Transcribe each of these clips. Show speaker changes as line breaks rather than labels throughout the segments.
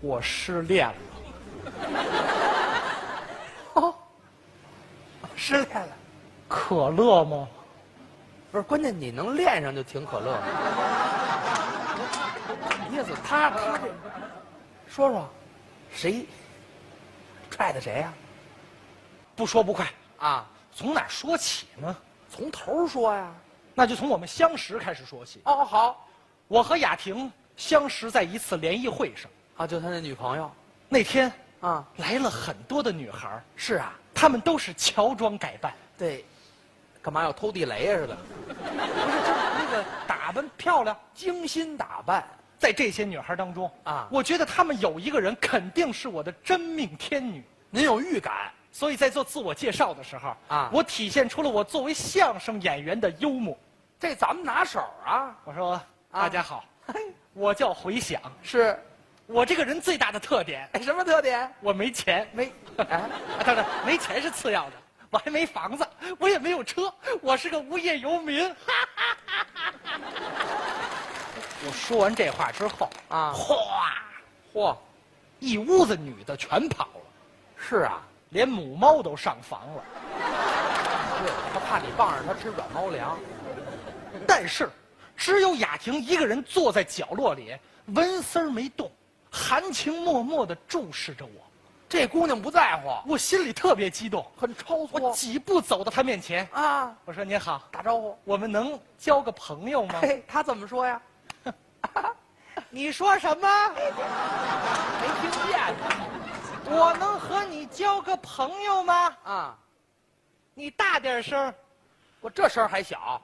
我失恋了。
哦，失恋了，
可乐吗？
不是，关键你能练上就挺可乐的。意思他他这，说说，谁踹的谁呀、
不说不快，
啊？
从哪说起呢？
从头说呀。
那就从我们相识开始说起。
哦，好，
我和雅婷相识在一次联谊会上，
啊，就他那女朋友
那天
啊，
来了很多的女孩儿，
是啊，
她们都是乔装改扮，
对，干嘛要偷地雷呀、似的？
那个打扮漂亮。
精心打扮，
在这些女孩当中
啊
我觉得她们有一个人肯定是我的真命天女，
您有预感？
所以在做自我介绍的时候
啊
我体现出了我作为相声演员的幽默。
这咱们拿手啊，
我说：“大家好，我叫回响，
是，
我这个人最大的特点，
哎，什么特点？
我没钱，
没，哎，
啊，当然没钱是次要的，我还没房子，我也没有车，我是个无业游民。 哈哈哈哈哈我说完这话之后
啊
哗，
嚯，
一屋子女的全跑了，
是啊，
连母猫都上房了。
对，他怕你傍上他吃软猫粮，
但是，只有雅婷一个人坐在角落里，纹丝儿没动，含情脉脉地注视着我。
这姑娘不在乎，
我心里特别激动，
很超
我
脱
几步走到她面前，
啊，
我说：“您好，
打招呼。
我们能交个朋友吗？”
嘿，他怎么说呀？
你说什么？
没听见呢
我能和你交个朋友吗？
啊！
你大点声。
我这声儿还小，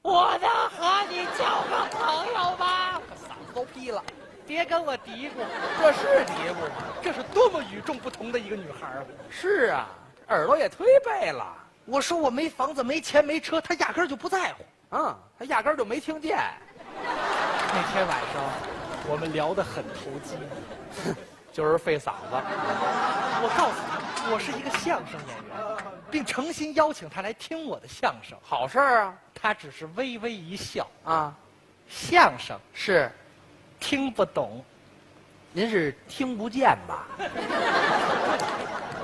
我能和你交个朋友吗？
嗓子都劈了，
别跟我嘀咕，
这是嘀咕吗？
这是多么与众不同的一个女孩啊！
是啊，耳朵也忒背了。
我说我没房子、没钱、没车，她压根儿就不在乎。
嗯，他压根儿就没听见。
那天晚上，我们聊得很投机。
就是费嗓子。
我告诉你，我是一个相声演员，并诚心邀请她来听我的相声。
好事儿啊
她只是微微一笑，
啊！
相声
是，
听不懂。
您是听不见吧？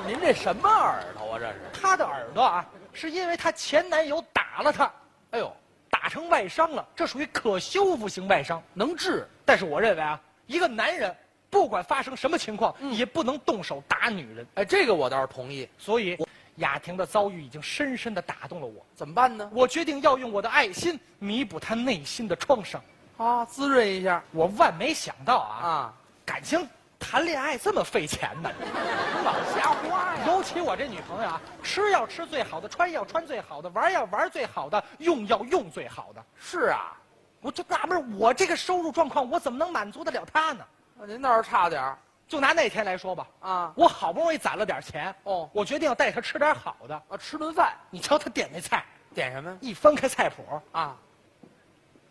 您这什么耳朵啊？这是？
她的耳朵啊，是因为她前男友打了她，
哎呦，
打成外伤了，这属于可修复型外伤。
能治？
但是我认为啊，一个男人不管发生什么情况，也不能动手打女人。
哎，这个我倒是同意。
所以，啊雅婷的遭遇已经深深地打动了我。
怎么办呢？
我决定要用我的爱心弥补她内心的创伤。
啊，滋润一下
我万没想到啊，
啊！
感情谈恋爱这么费钱呢。
您老瞎花呀！
尤其我这女朋友啊，吃要吃最好的，穿要穿最好的，玩要玩最好的，用要用最好的。
是啊，
我就纳闷，我这个收入状况，我怎么能满足得了她呢？
您倒是差点儿
就拿那天来说吧，
啊！
我好不容易攒了点钱，
哦
我决定要带她吃点好的。
啊，吃顿饭
你瞧她点那菜，
点什么呀？
一翻开菜谱，
啊，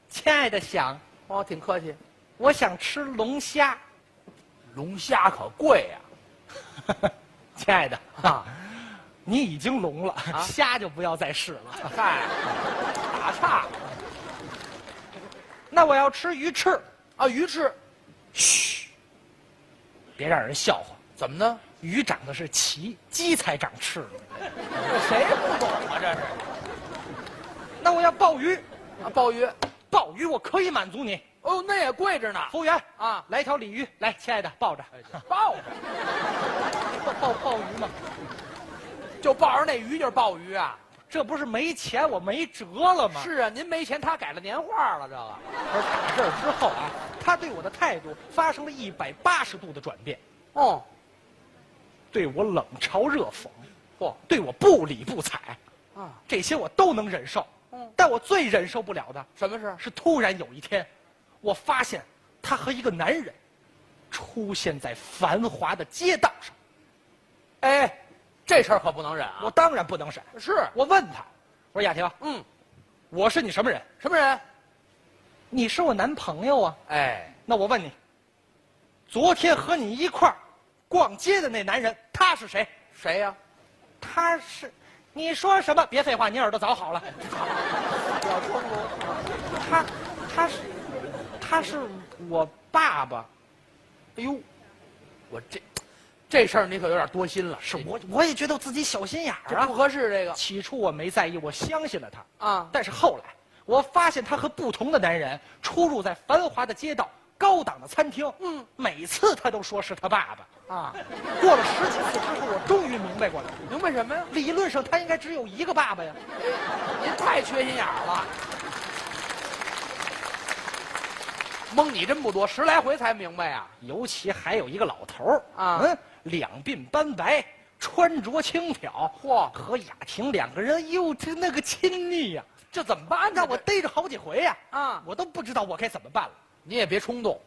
亲爱的想，
哦，挺客气。
我想吃龙虾。
龙虾可贵呀、
亲爱的，
啊！
你已经聋了，
啊
虾就不要再试了。
嗨，打岔
那我要吃鱼翅，
啊！鱼翅
别让人笑话。
怎么呢？
鱼长的是鳍，鸡才长翅。
这谁不懂啊？这是
那我要鲍鱼，
啊，鲍鱼，
鲍鱼我可以满足你。
哦，那也贵着呢
服务员，
啊！
来一条鲤鱼，来，亲爱的，抱着。
鲍着
抱抱鲍鱼吗？
就抱着那鱼就是鲍鱼啊！
这不是没钱我没辙了吗？
是啊，您没钱，他改了年画了，这个
而打这儿之后啊，他对我的态度发生了一百八十度的转变，
哦，
对我冷嘲热讽，
嚯
对我不理不睬，
啊，
这些我都能忍受。
嗯
但我最忍受不了的
什么事？
是，突然有一天，我发现他和一个男人出现在繁华的街道上，
哎，这事儿可不能忍
我
啊！
当然不能忍。
是，
我问他，我说雅婷，
嗯，
我是你什么人？
什么人？
你是我男朋友啊。
哎，
那我问你，昨天和你一块儿逛街的那男人，他是谁？
谁呀、
他是，你说什么？别废话，你耳朵早好了。
表装聋。
他，他是，他是我爸爸。
哎呦，我这这事儿你可有点多心了，
是
这
我我也觉得我自己小心眼儿
这不
啊。
合适这个
起初我没在意，我相信了他。
啊。
但是后来，我发现他和不同的男人出入在繁华的街道、高档的餐厅，
嗯，
每次他都说是他爸爸。
啊，
过了十几次之后，我终于明白过来，
明白什么呀？
理论上他应该只有一个爸爸呀。
您太缺心眼儿了，蒙你真不多，十来回才明白呀、
尤其还有一个老头儿
啊
嗯，两鬓斑白，穿着轻佻，
嚯
和雅婷两个人，哟，这那个亲密呀、
这怎么办呢？
让我逮着好几回呀、
啊
我都不知道我该怎么办了。
你也别冲动，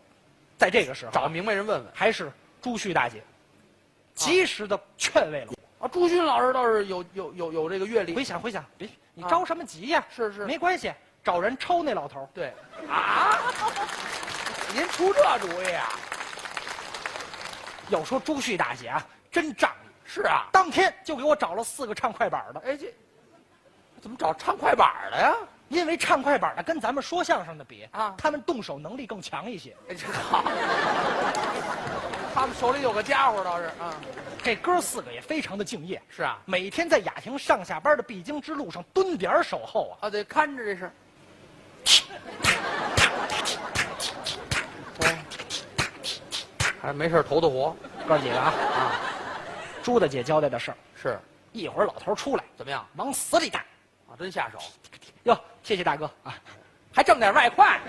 在这个时候，
找明白人问问。
还是朱旭大姐及时的劝慰了我。
啊，朱军老师倒是有有有有这个阅历
回，想回想，别，你
啊
着什么急呀、
是是
没关系，找人抽那老头儿。
对啊， 您出这主意啊？
要说朱旭大姐啊，真仗义，
是啊，
当天就给我找了四个唱快板的，
哎这怎么找唱快板儿的呀？
因为唱快板的跟咱们说相声的比
啊
他们动手能力更强一些。
哎这好， 他们手里有个家伙倒是啊，
这哥四个也非常的敬业，
是啊，
每天在雅婷上下班的必经之路上蹲点儿守候啊。
啊得看着这事儿。还哎没事儿投投活
哥几个啊，
啊？
朱大姐交代的事儿，
是，
一会儿老头儿出来，
怎么样
往死里打。
啊？真下手，
哟，谢谢大哥啊！
还挣点外快。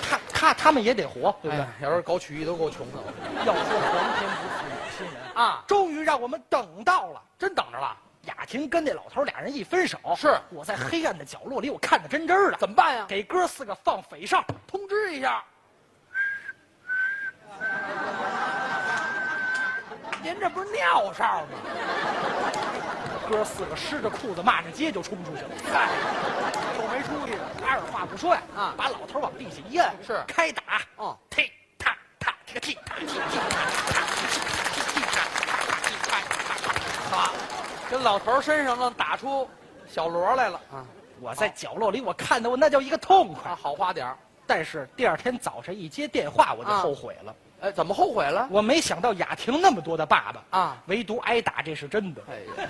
他他他们也得活，对不对？
哎要是搞曲艺都够穷的
要说皇天不负有心人，
啊！
终于让我们等到了。
真等着了，
雅婷跟那老头儿俩人一分手，
是
我在黑暗的角落里，我看得真真儿的。
怎么办呀？
给哥四个放匪哨，
通知一下。您这不是尿哨吗？
哥四个湿着裤子骂着街就冲出去了。
嗨，
都没出息，二话不说呀，
啊
把老头往地下一摁，
是
开打，
嗯
踢踏踏，踢个踢踏踢踢踏踢踢踏踢踏踢踏。
好，跟老头儿身上愣打出小锣来了啊！
我在角落里，我看得我那叫一个痛快
啊，。好花点儿。
但是第二天早晨一接电话，我就
啊
后悔了，
哎，怎么后悔了？
我没想到雅婷那么多的爸爸
啊，
唯独挨打这是真的。
哎呀，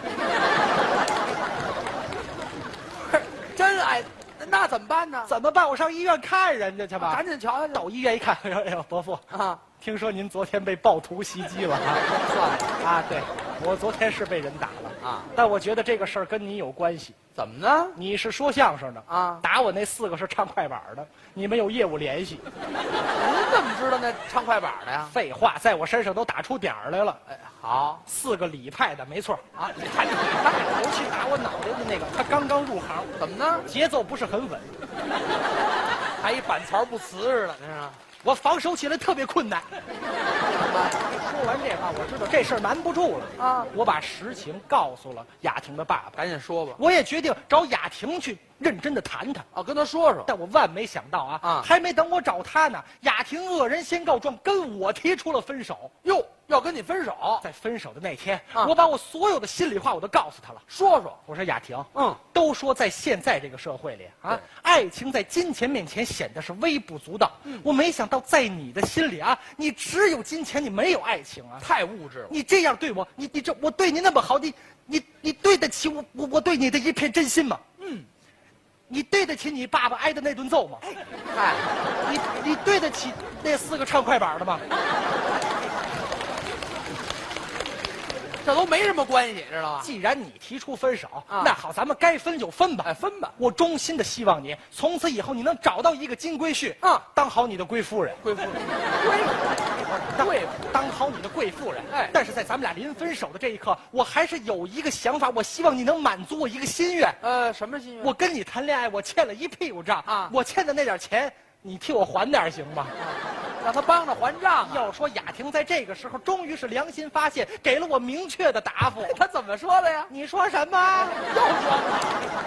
不是真哎，那怎么办呢？
怎么办？我上医院看人家去吧。
赶紧瞧瞧
到医院一看，哎 呦哎呦，伯父，
去啊！
听说您昨天被暴徒袭击 了啊？
哎，真算了
啊，对，我昨天是被人打了。
啊！
但我觉得这个事儿跟你有关系，
怎么呢？
你是说相声的
啊
打我那四个是唱快板的，你们有业务联系。
您怎么知道那唱快板的呀？
废话，在我身上都打出点儿来了。
哎，好
四个礼派的，没错，
啊，你看你看，
尤其打我脑袋的那个，他刚刚入行，
怎么呢？
节奏不是很稳，
还一板槽不瓷似的，你知道吗？
我防守起来特别困难。说完这话，我知道这事儿瞒不住了
啊
我把实情告诉了雅婷的爸爸，
赶紧说吧。
我也决定找雅婷去认真的谈谈。
啊，跟他说说。
但我万没想到啊，
啊
还没等我找他呢，雅婷恶人先告状，跟我提出了分手。
哟，要跟你分手，
在分手的那天，
啊
我把我所有的心里话我都告诉他了。
说说。
我说雅婷，
嗯，
都说在现在这个社会里啊
对，
爱情在金钱面前显得是微不足道。
嗯
我没想到在你的心里啊，你只有金钱，你没有爱情啊。
太物质了。
你这样对我，你你这我对你那么好，你你你对得起我我我对你的一片真心吗？
嗯，
你对得起你爸爸挨的那顿揍吗？
哎，
你你对得起那四个唱快板的吗？
这都没什么关系，知道吧？
既然你提出分手，
啊
那好，咱们该分就分吧。
哎，分吧，
我衷心的希望你从此以后你能找到一个金龟婿，
啊
当好你的贵夫人，
贵妇，贵妇，贵妇，
当好你的贵妇人。
哎
但是在咱们俩临分手的这一刻，我还是有一个想法，我希望你能满足我一个心愿。
呃，什么心愿？
我跟你谈恋爱，我欠了一屁股账
啊
我欠的那点钱，你替我还点儿行吗？
让他帮着还账啊。
要说雅婷在这个时候终于是良心发现， 给了我明确的答复。
他怎么说的呀？
你说什么？
又装了。